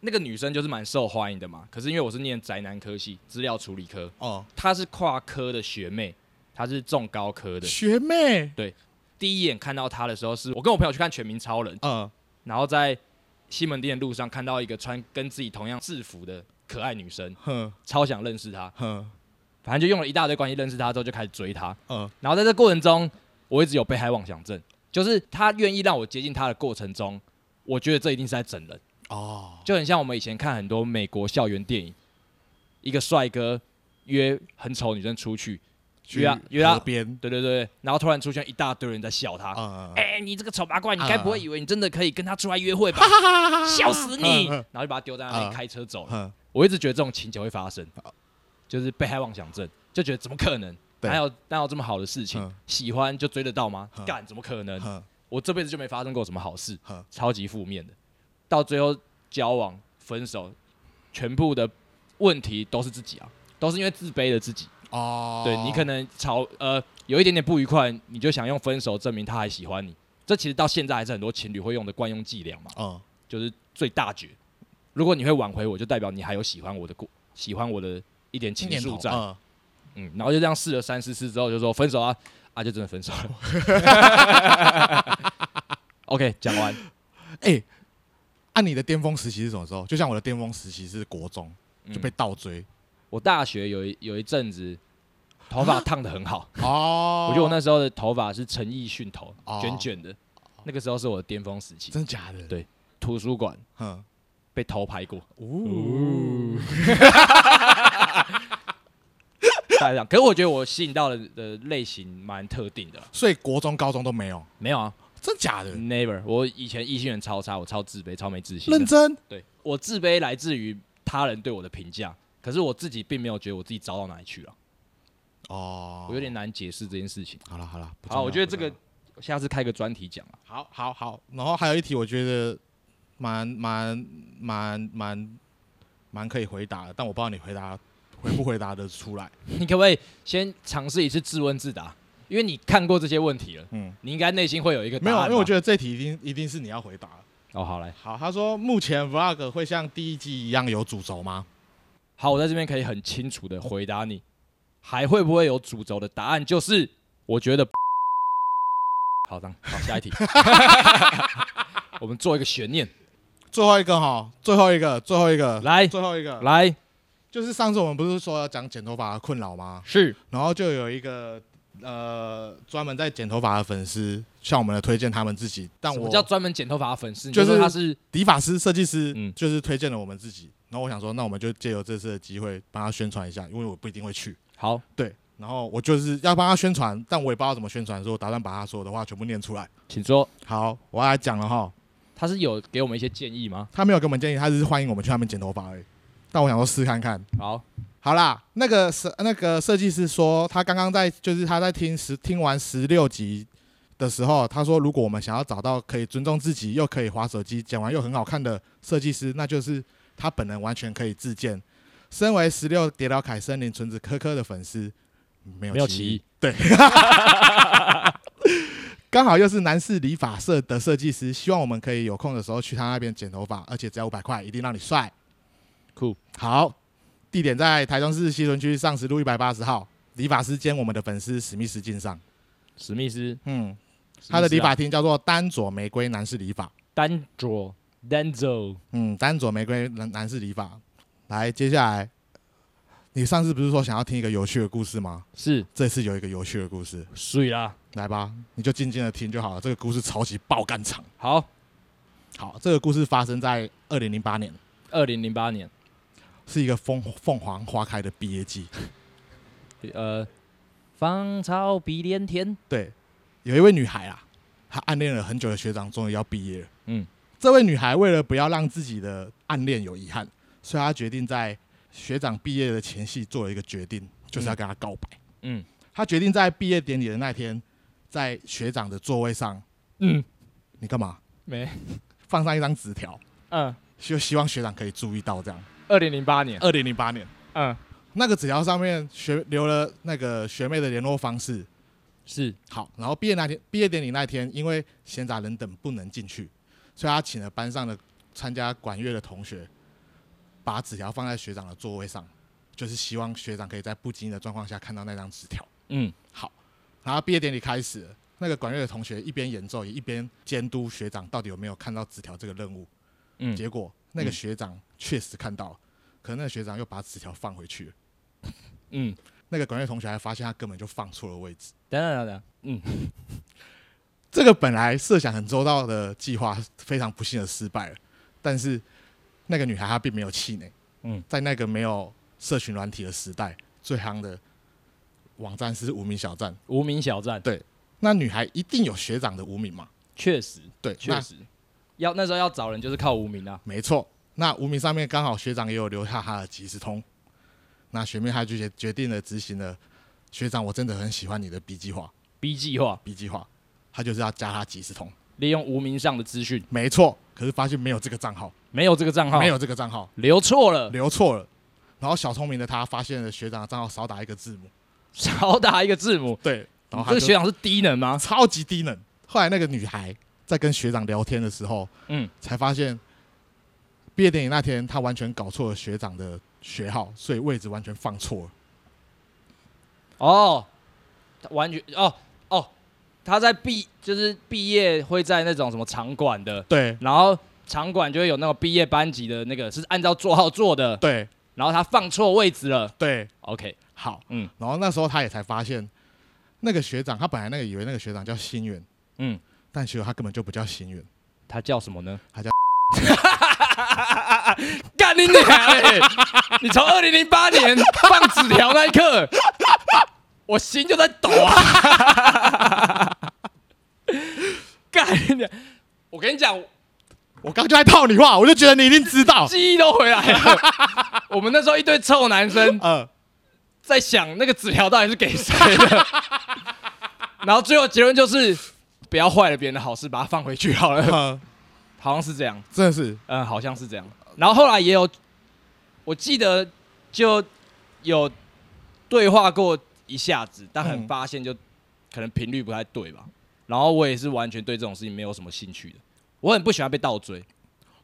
Speaker 2: 那个女生就是蛮受欢迎的嘛。可是因为我是念宅男科系，资料处理科，
Speaker 1: 哦，
Speaker 2: 她是跨科的学妹，她是重高科的。
Speaker 1: 学妹，
Speaker 2: 第一眼看到她的时候是，我跟我朋友去看《全民超人》，
Speaker 1: 呃，
Speaker 2: 然后在西门町的路上看到一个穿跟自己同样制服的可爱女生，
Speaker 1: 哼
Speaker 2: 超想认识她。
Speaker 1: 哼，
Speaker 2: 反正就用了一大堆关系认识她之后，就开始追她。
Speaker 1: 呃，
Speaker 2: 然后在这过程中，我一直有被害妄想症，就是她愿意让我接近她的过程中，我觉得这一定是在整人。
Speaker 1: 哦，
Speaker 2: 就很像我们以前看很多美国校园电影，一个帅哥约很丑女生出去，
Speaker 1: 去
Speaker 2: 约啊约啊
Speaker 1: 河边，
Speaker 2: 对对对，然后突然出现一大堆人在笑他，哎、
Speaker 1: 呃，
Speaker 2: 你这个丑八怪，你
Speaker 1: 啊
Speaker 2: 该不会以为你真的可以跟他出来约会吧？笑死你！
Speaker 1: 嗯嗯
Speaker 2: 然后就把他丢在那
Speaker 1: 啊
Speaker 2: 里开车走了。
Speaker 1: 哼，
Speaker 2: 我一直觉得这种情节会发生，就是被害妄想症，就觉得怎么可能？
Speaker 1: 对
Speaker 2: 哪有哪有这么好的事情
Speaker 1: 嗯？
Speaker 2: 喜欢就追得到吗
Speaker 1: 嗯？
Speaker 2: 干怎么可能？
Speaker 1: 哼，
Speaker 2: 我这辈子就没发生过什么好事
Speaker 1: 呵，
Speaker 2: 超级负面的。到最后交往、分手，全部的问题都是自己啊，都是因为自卑的自己。
Speaker 1: 哦，
Speaker 2: 对你可能吵呃有一点点不愉快，你就想用分手证明他还喜欢你。这其实到现在还是很多情侣会用的惯用伎俩嘛，
Speaker 1: 嗯，
Speaker 2: 就是最大绝。如果你会挽回我，就代表你还有喜欢我的过，喜欢我的一点情
Speaker 1: 念
Speaker 2: 愫
Speaker 1: 头，
Speaker 2: 在。
Speaker 1: 嗯
Speaker 2: 嗯，然后就这样试了三四次之后，就说分手啊，啊，就真的分手了。OK，讲 完。
Speaker 1: 哎，按你的巅峰时期是什么时候？就像我的巅峰时期是国中，
Speaker 2: 嗯
Speaker 1: 就被倒追，
Speaker 2: 我大学有一有一阵子，头发烫的很好，
Speaker 1: 啊哦
Speaker 2: 嗯我觉得我那时候的头发是陈奕迅头，
Speaker 1: 哦
Speaker 2: 卷卷的，那个时候是我的巅峰时期。
Speaker 1: 真的假的？
Speaker 2: 对图书馆
Speaker 1: 哼，
Speaker 2: 被偷拍过，
Speaker 1: 呜，
Speaker 2: 大概这样。可是我觉得我吸引到的的类型蛮特定的啦，
Speaker 1: 所以国中、高中都没有，
Speaker 2: 没有啊
Speaker 1: 真假的？
Speaker 2: ，never。我以前异性缘超差，我超自卑，超没自信的。
Speaker 1: 认真
Speaker 2: 对我自卑来自于他人对我的评价，可是我自己并没有觉得我自己糟到哪里去了，啊
Speaker 1: 哦，
Speaker 2: 我有点难解释这件事情。
Speaker 1: 好了好了，不重
Speaker 2: 好，
Speaker 1: 要
Speaker 2: 我觉得这
Speaker 1: 不重要
Speaker 2: 个下次开个专题讲啊。
Speaker 1: 好，好，好。然后还有一题，我觉得蛮蛮蛮蛮蛮可以回答的，但我不知道你回答回不回答得出 来。
Speaker 2: 你可不可以先尝试一次自问自答？因为你看过这些问题了，
Speaker 1: 嗯，
Speaker 2: 你应该内心会有一个
Speaker 1: 没有，啊因为我觉
Speaker 2: 得
Speaker 1: 得这题一定一定是你要回答的。
Speaker 2: 哦，好来，
Speaker 1: 好，他说目前 vlog 会像第一季一样有主轴吗？
Speaker 2: 好，我在这边可以很清楚的回答你，还会不会有主轴的答案？就是我觉得好，当好下一题， 我们做一个悬念，
Speaker 1: 最后一个哈，最后一个，最后一个，
Speaker 2: 来
Speaker 1: 最后一个，
Speaker 2: 来
Speaker 1: 就是上次我们不是说要讲剪头发的困扰吗？
Speaker 2: 是
Speaker 1: 然后就有一个呃专门在剪头发的粉丝向我们的推荐他们自己，但
Speaker 2: 什
Speaker 1: 我
Speaker 2: 么叫专门剪头发的粉丝？你
Speaker 1: 就
Speaker 2: 就是是他是
Speaker 1: 理发师、设计师，
Speaker 2: 嗯
Speaker 1: 就是推荐了我们自己。然后我想说，那我们就借由这次的机会帮他宣传一下，因为我不一定会去。
Speaker 2: 好，
Speaker 1: 对，然后我就是要帮他宣传，但我也不知道怎么宣传，所以我打算把他说的话全部念出来。
Speaker 2: 请说，
Speaker 1: 好，我要来讲了哈。
Speaker 2: 他是有给我们一些建议吗？
Speaker 1: 他没有给我们建议，他只是欢迎我们去那边剪头发而已。但我想说试看看。
Speaker 2: 好，
Speaker 1: 好啦，那个设那个设计师说，他刚刚在就是他在听十听完十六集的时候，他说，如果我们想要找到可以尊重自己又可以划手机、剪完又很好看的设计师，那就是他本人完全可以自荐。身为十六叠老凯森林纯子科科的粉丝，没有
Speaker 2: 没有
Speaker 1: 歧
Speaker 2: 歧
Speaker 1: 义
Speaker 2: 义，
Speaker 1: 刚好又是男士理发社的设计师，希望我们可以有空的时候去他那边剪头发，而且只要五百块，一定让你帅。
Speaker 2: 酷，
Speaker 1: 好，地点在台中市西屯区上十路一百八十号，理发师兼我们的粉丝史密斯敬上。
Speaker 2: 史密斯，
Speaker 1: 嗯，
Speaker 2: 史密斯啊
Speaker 1: 他的理发厅叫做丹佐玫瑰男士理发。
Speaker 2: 丹佐 Danzo，
Speaker 1: 嗯，丹佐玫瑰男男士理发。来，接下来，你上次不是说想要听一个有趣的故事吗？
Speaker 2: 是
Speaker 1: 这次有一个有趣的故事，
Speaker 2: 水啦。
Speaker 1: 来吧，你就静静的听就好了。这个故事超级爆肝长。
Speaker 2: 好，
Speaker 1: 好，这个故事发生在二零零八年，
Speaker 2: 二零零八年，
Speaker 1: 是一个凤凤凰花开的毕业季。
Speaker 2: 呃，芳草碧连天，
Speaker 1: 对，有一位女孩啊，她暗恋了很久的学长，终于要毕业了。
Speaker 2: 嗯，
Speaker 1: 这位女孩为了不要让自己的暗恋有遗憾，所以她决定在学长毕业的前夕做了一个决定，就是要跟他告白。
Speaker 2: 嗯
Speaker 1: 她决定在毕业典礼的那天，在学长的座位上，
Speaker 2: 嗯，
Speaker 1: 你干嘛
Speaker 2: 没，
Speaker 1: 放上一张纸条，
Speaker 2: 嗯，
Speaker 1: 就希望学长可以注意到这样。
Speaker 2: 二零零八年，
Speaker 1: 二零零八年。
Speaker 2: 嗯，
Speaker 1: 那个纸条上面学留了那个学妹的联络方式。
Speaker 2: 是
Speaker 1: 好，然后毕业那天，毕业典礼那天，因为闲杂人等不能进去，所以他请了班上的参加管乐的同学把纸条放在学长的座位上，就是希望学长可以在不经意的状况下看到那张纸条。
Speaker 2: 嗯，
Speaker 1: 好，然后毕业典礼开始了，那个管乐的同学一边演奏，也一边监督学长到底有没有看到纸条这个任务。
Speaker 2: 嗯
Speaker 1: 结果那个
Speaker 2: 嗯
Speaker 1: 学长确实看到了，可是那个学长又把纸条放回去了。
Speaker 2: 嗯，
Speaker 1: 那个管乐同学还发现他根本就放错了位置。
Speaker 2: 等等等等，嗯，
Speaker 1: 这个本来设想很周到的计划，非常不幸的失败了。但是那个女孩她并没有气馁，
Speaker 2: 嗯，
Speaker 1: 在那个没有社群软体的时代，最夯的网站是无名小站。
Speaker 2: 无名小站，
Speaker 1: 对那女孩一定有学长的无名嘛？
Speaker 2: 确实
Speaker 1: 对，
Speaker 2: 确
Speaker 1: 那
Speaker 2: 实，要那时候要找人就是靠无名啊，
Speaker 1: 没错。那无名上面刚好学长也有留下他的即时通，那学妹她就决决定了执行了学长，我真的很喜欢你的 B 计划
Speaker 2: B 计划
Speaker 1: ，B 计划，她就是要加他即时通，
Speaker 2: 利用无名上的资讯，
Speaker 1: 没错。可是发现没有这个账号，
Speaker 2: 没有这个账号，
Speaker 1: 没有这个账号，
Speaker 2: 留错了，
Speaker 1: 留错了。然后小聪明的他发现了学长的账号少打一个字母，
Speaker 2: 少打一个字母。
Speaker 1: 对，然后他
Speaker 2: 这个学
Speaker 1: 就
Speaker 2: 长是低能吗？
Speaker 1: 超级低能。后来那个女孩在跟学长聊天的时候，
Speaker 2: 嗯，
Speaker 1: 才发现毕业典礼那天她完全搞错了学长的学号，所以位置完全放错了。
Speaker 2: 哦，他完全哦哦，他在毕就是毕业会在那种什么场馆的，
Speaker 1: 对
Speaker 2: 然后场馆就会有那种毕业班级的那个是按照座号做的，
Speaker 1: 对
Speaker 2: 然后他放错位置了。
Speaker 1: 对，
Speaker 2: OK，
Speaker 1: 好，
Speaker 2: 嗯
Speaker 1: 然后那时候她也才发现，那个学长，她本来那个以为那个学长叫心远，
Speaker 2: 嗯，
Speaker 1: 但其实他根本就不叫心远，
Speaker 2: 他叫什么呢？
Speaker 1: 他叫
Speaker 2: 干你娘嘞！你从二零零八年放纸条那一刻，我心就在抖啊！ 干你娘！我跟你讲，
Speaker 1: 我刚刚就在套你话，我就觉得你一定知道。
Speaker 2: 记忆都回来了。我们那时候一堆臭男生
Speaker 1: 呃，
Speaker 2: 在想那个纸条到底是给谁的，然后最后结论就是不要坏了别人的好事，把它放回去好了。
Speaker 1: 呃
Speaker 2: 好像是这样，
Speaker 1: 真的是
Speaker 2: 嗯，好像是这样。然后后来也有，我记得就有对话过一下子，但很
Speaker 1: 嗯
Speaker 2: 发现就可能频率不太对吧。然后我也是完全对这种事情没有什么兴趣的，我很不喜欢被倒追。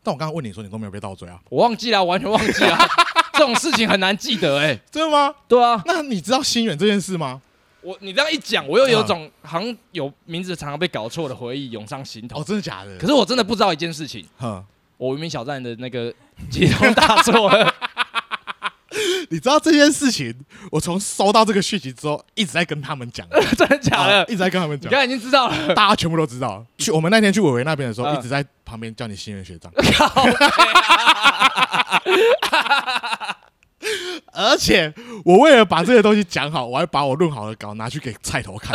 Speaker 1: 但我刚刚问你说你都没有被倒追啊？
Speaker 2: 我忘记了，完全忘 记了，这种事情很难记得哎、
Speaker 1: 真的吗？
Speaker 2: 对啊，
Speaker 1: 那你知道心远这件事吗？
Speaker 2: 我你这样一讲，我又有种好像有名字常常被搞错的回忆涌上心头
Speaker 1: 哦，。真的假的？
Speaker 2: 可是我真的不知道一件事情，
Speaker 1: 哼，
Speaker 2: 我无名小站的那个集中大作了，
Speaker 1: 你知道这件事情，我从收到这个讯息之后，一直在跟他们讲，
Speaker 2: 真的 假
Speaker 1: 啊
Speaker 2: 的？
Speaker 1: 一直在跟他们
Speaker 2: 你
Speaker 1: 讲，
Speaker 2: 刚才已经知道了，
Speaker 1: 大家全部都知道。去我们那天去伟伟那边的时候，
Speaker 2: 嗯
Speaker 1: 一直在旁边叫你心远学长，
Speaker 2: 靠啊
Speaker 1: 而且我为了把这些东西讲好，我还把我论好的稿拿去给菜头 看。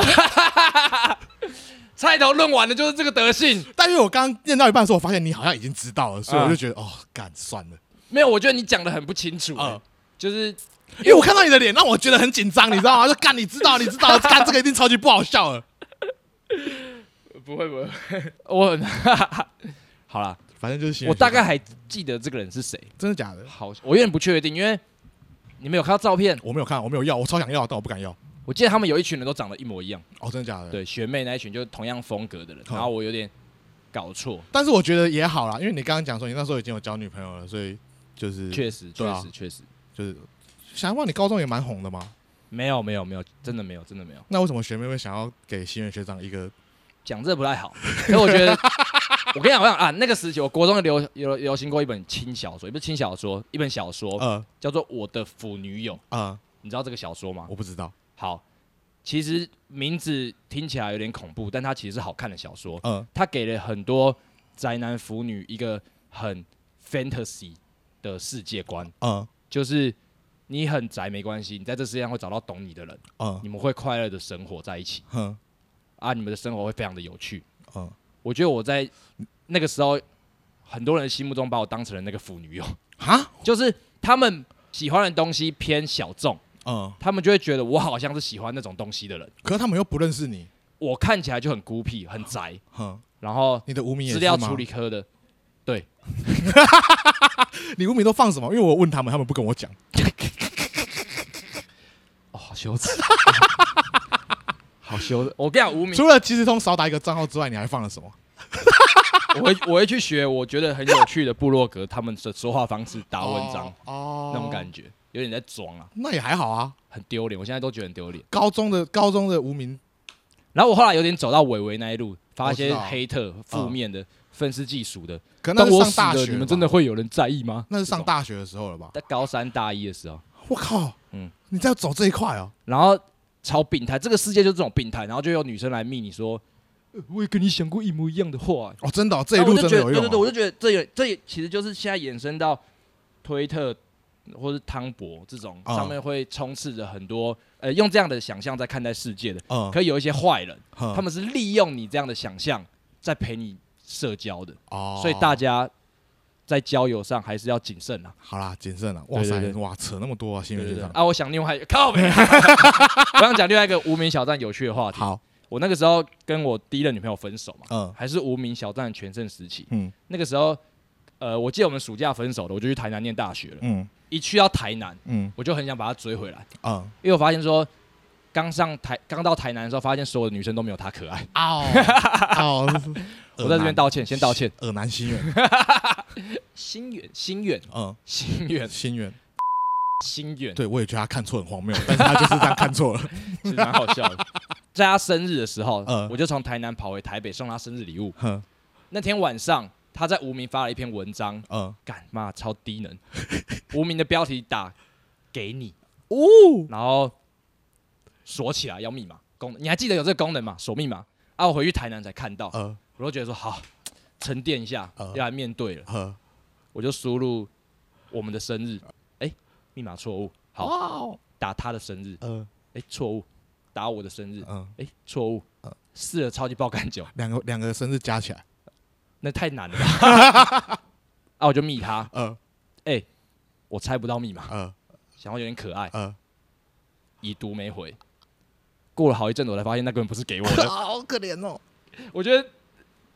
Speaker 2: 菜头论完的就是这个德性。
Speaker 1: 但因为我刚刚念到一半的时候，我发现你好像已经知道了，所以我就觉
Speaker 2: 嗯
Speaker 1: 得、哦，干算了，
Speaker 2: 没有，我觉得你讲的很不清楚、欸
Speaker 1: 嗯
Speaker 2: 就是
Speaker 1: 因为我看到你的脸，让我觉得很紧张，你知道吗？就 干，你知道，你知道，干这个一定超级不好笑了。
Speaker 2: 不会不会， 我很好啦，
Speaker 1: 反正就是心远
Speaker 2: 我
Speaker 1: 学长
Speaker 2: 大概还记得这个人是谁，
Speaker 1: 真的假的，
Speaker 2: 好，我有点不确定，因为你们有看到照片，
Speaker 1: 我没有看，我没有要，我超想要，但我不敢要。
Speaker 2: 我记得他们有一群人都长得一模一样。
Speaker 1: 哦，真的假的？。
Speaker 2: 对学妹那一群就是同样风格的人，
Speaker 1: 好
Speaker 2: 然后我有点搞错，
Speaker 1: 但是我觉得也好啦，因为你刚刚讲说你那时候已经有交女朋友了，所以就是
Speaker 2: 确实
Speaker 1: 对
Speaker 2: 确
Speaker 1: 啊
Speaker 2: 实确实
Speaker 1: 就是想问你高中也蛮红的嘛，
Speaker 2: 没有没有没有，真的没有真的没有，
Speaker 1: 那为什么学妹会想要给新源学长一个？
Speaker 2: 讲这不太好，因为我觉得 我跟你讲，我跟你讲啊，那个时期我国中流有流行过一本轻小说，也不是轻小说，一本小说、
Speaker 1: 呃
Speaker 2: 叫做《我的腐女友》，
Speaker 1: 呃，
Speaker 2: 你知道这个小说吗？
Speaker 1: 我不知道，
Speaker 2: 好，其实名字听起来有点恐怖，但它其实是好看的小说，
Speaker 1: 呃
Speaker 2: 它给了很多宅男腐女一个很 fantasy 的世界观。
Speaker 1: 呃
Speaker 2: 就是你很宅没关系，你在这世界上会找到懂你的人，
Speaker 1: 呃，
Speaker 2: 你们会快乐的生活在一起
Speaker 1: 哼
Speaker 2: 啊，你们的生活会非常的有趣。
Speaker 1: 呃
Speaker 2: 我觉得我在那个时候，很多人心目中把我当成了那个腐女友，
Speaker 1: 哈
Speaker 2: 就是他们喜欢的东西偏小众，
Speaker 1: 呃，
Speaker 2: 他们就会觉得我好像是喜欢那种东西的人，
Speaker 1: 可是他们又不认识你，
Speaker 2: 我看起来就很孤僻、很宅，
Speaker 1: 哼，
Speaker 2: 然后
Speaker 1: 你的无名也
Speaker 2: 资
Speaker 1: 是
Speaker 2: 料
Speaker 1: 吗
Speaker 2: 处理，科的，
Speaker 1: 你无名都放什么？因为我问他们，他们不跟我讲。
Speaker 2: 哦，好羞 耻。好羞！我跟你讲，无名
Speaker 1: 除了即时通少打一个账号之外，你还放了什么？
Speaker 2: 我会我会去学我觉得很有趣的部落格他们的说话方式、打文章、
Speaker 1: 哦，
Speaker 2: 那种感
Speaker 1: 觉，
Speaker 2: 觉，有点在装啊，
Speaker 1: 那也还好啊。
Speaker 2: 很丢脸。我现在都觉得很丢脸。
Speaker 1: 高中的高中的无名，
Speaker 2: 然后我后来有点走到伟伟那一路，发一
Speaker 1: 我
Speaker 2: 些
Speaker 1: 知道
Speaker 2: 黑特、负面的、愤世嫉俗的。
Speaker 1: 可能
Speaker 2: 当
Speaker 1: 那
Speaker 2: 我
Speaker 1: 是
Speaker 2: 死
Speaker 1: 上大
Speaker 2: 了，
Speaker 1: 学吧，
Speaker 2: 你们真的会有人在意吗？
Speaker 1: 那是上
Speaker 2: 这种
Speaker 1: 大学的时候了吧？
Speaker 2: 在高三大一的时候，
Speaker 1: 我靠，
Speaker 2: 嗯
Speaker 1: 你在走这一块哦，
Speaker 2: 然后超病态，这个世界就是这种病态。然后就有女生来密你说，呃我也跟你想过一模一样的话、
Speaker 1: 哦，真的、哦，这一路
Speaker 2: 然后我
Speaker 1: 真
Speaker 2: 就觉
Speaker 1: 的
Speaker 2: 得
Speaker 1: 有
Speaker 2: 对
Speaker 1: 用、
Speaker 2: 对对，
Speaker 1: 哦。
Speaker 2: 我就觉得这有这也其实就是现在衍生到推特或是汤博这种
Speaker 1: 嗯
Speaker 2: 上面会充斥着很多、呃用这样的想象在看待世界的，
Speaker 1: 嗯，
Speaker 2: 可以有一些坏人，
Speaker 1: 他
Speaker 2: 他们是利用你这样的想象在陪你社交的，
Speaker 1: 哦，
Speaker 2: 所以大家在交友上还是要谨慎啊。
Speaker 1: 好啦，谨慎了。哇
Speaker 2: 对
Speaker 1: 塞，
Speaker 2: 对对
Speaker 1: 哇，扯那么多啊，新
Speaker 2: 对
Speaker 1: 闻
Speaker 2: 对
Speaker 1: 学
Speaker 2: 对
Speaker 1: 长。
Speaker 2: 啊！我想另外一个靠北， 我想讲另外一个无名小站有趣的话题。
Speaker 1: 好，
Speaker 2: 我那个时候跟我第一任女朋友分手嘛，
Speaker 1: 嗯
Speaker 2: 还是无名小站全盛时期。
Speaker 1: 嗯
Speaker 2: 那个时候，呃，我记得我们暑假分手的，我就去台南念大学了。
Speaker 1: 嗯
Speaker 2: 一去到台南，
Speaker 1: 嗯
Speaker 2: 我就很想把她追回来，
Speaker 1: 嗯，
Speaker 2: 因为我发现说，刚上台刚到台南的时候，发现所有的女生都没有她可爱。
Speaker 1: 哦哦，
Speaker 2: 我在这边道歉，先道歉。
Speaker 1: 耳南心愿，
Speaker 2: 心远，心远，
Speaker 1: 嗯，
Speaker 2: 心远，
Speaker 1: 心愿。
Speaker 2: 心远，
Speaker 1: 对，我也觉得他看错很荒谬，但是他就是这样看错 了。
Speaker 2: 其实蛮好笑 的。在她生日的时候，
Speaker 1: 嗯
Speaker 2: 我就从台南跑回台北送她生日礼物。
Speaker 1: 哼，
Speaker 2: 那天晚上，她在无名发了一篇文章，
Speaker 1: 嗯，
Speaker 2: 干妈超低能，无名的标题打给你，
Speaker 1: 哦，
Speaker 2: 然后锁起来要密码功能，你还记得有这个功能吗？锁密码啊！我回去台南才看到，
Speaker 1: 呃
Speaker 2: 我就觉得说好沉淀一下，
Speaker 1: 呃
Speaker 2: 要来面对了，
Speaker 1: 呵，
Speaker 2: 我就输入我们的生日，哎，密码错误，好
Speaker 1: 好，
Speaker 2: 打他的生日，
Speaker 1: 呃
Speaker 2: 哎，错误，打我的生日，
Speaker 1: 嗯，
Speaker 2: 哎，错误
Speaker 1: 呃，
Speaker 2: 试了超级爆干酒，
Speaker 1: 两个两个生日加起来，
Speaker 2: 那太难了吧？ 啊，我就密他，
Speaker 1: 呃
Speaker 2: 我猜不到密码，
Speaker 1: 呃
Speaker 2: 想要有点可爱，
Speaker 1: 呃，
Speaker 2: 已读没回。过了好一阵子，我才发现那根本不是给我 的，
Speaker 1: 好可怜哦，
Speaker 2: 我觉得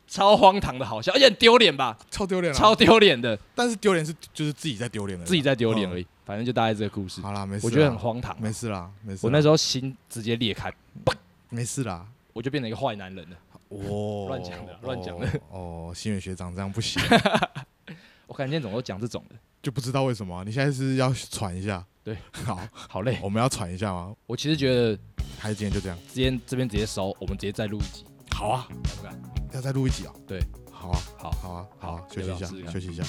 Speaker 2: 超荒唐的好笑，而且很丢脸吧，
Speaker 1: 超丢脸了。啊
Speaker 2: 超丢脸的，
Speaker 1: 但是丢脸是就是自己在丢脸了，
Speaker 2: 自己在丢脸而已。反正就大概这个故事，
Speaker 1: 嗯好啦，没事啦，啊
Speaker 2: 我觉得很荒唐。
Speaker 1: 没事啦，没事啦。
Speaker 2: 我那时候心直接裂开，
Speaker 1: 没事 啦，
Speaker 2: 我就变成一个坏男人了。
Speaker 1: 哦，
Speaker 2: 乱讲的乱讲的
Speaker 1: 哦。哦，新宇学长这样不 行，
Speaker 2: 我感觉今天怎么都讲这种的，
Speaker 1: 就不知道为什么啊。你现在是要喘一下？
Speaker 2: 对，
Speaker 1: 好，
Speaker 2: 好累。
Speaker 1: 我们要喘一下吗？
Speaker 2: 我其实觉得
Speaker 1: 还是今天就这样？
Speaker 2: 今天这边直接收，我们直接再录一集，
Speaker 1: 好啊，
Speaker 2: 敢不敢？
Speaker 1: 要再录一集啊？
Speaker 2: 对，
Speaker 1: 好啊，
Speaker 2: 好
Speaker 1: 好啊，好
Speaker 2: 好
Speaker 1: 啊，休息一
Speaker 2: 要不要试
Speaker 1: 下，
Speaker 2: 试看
Speaker 1: 休息一下。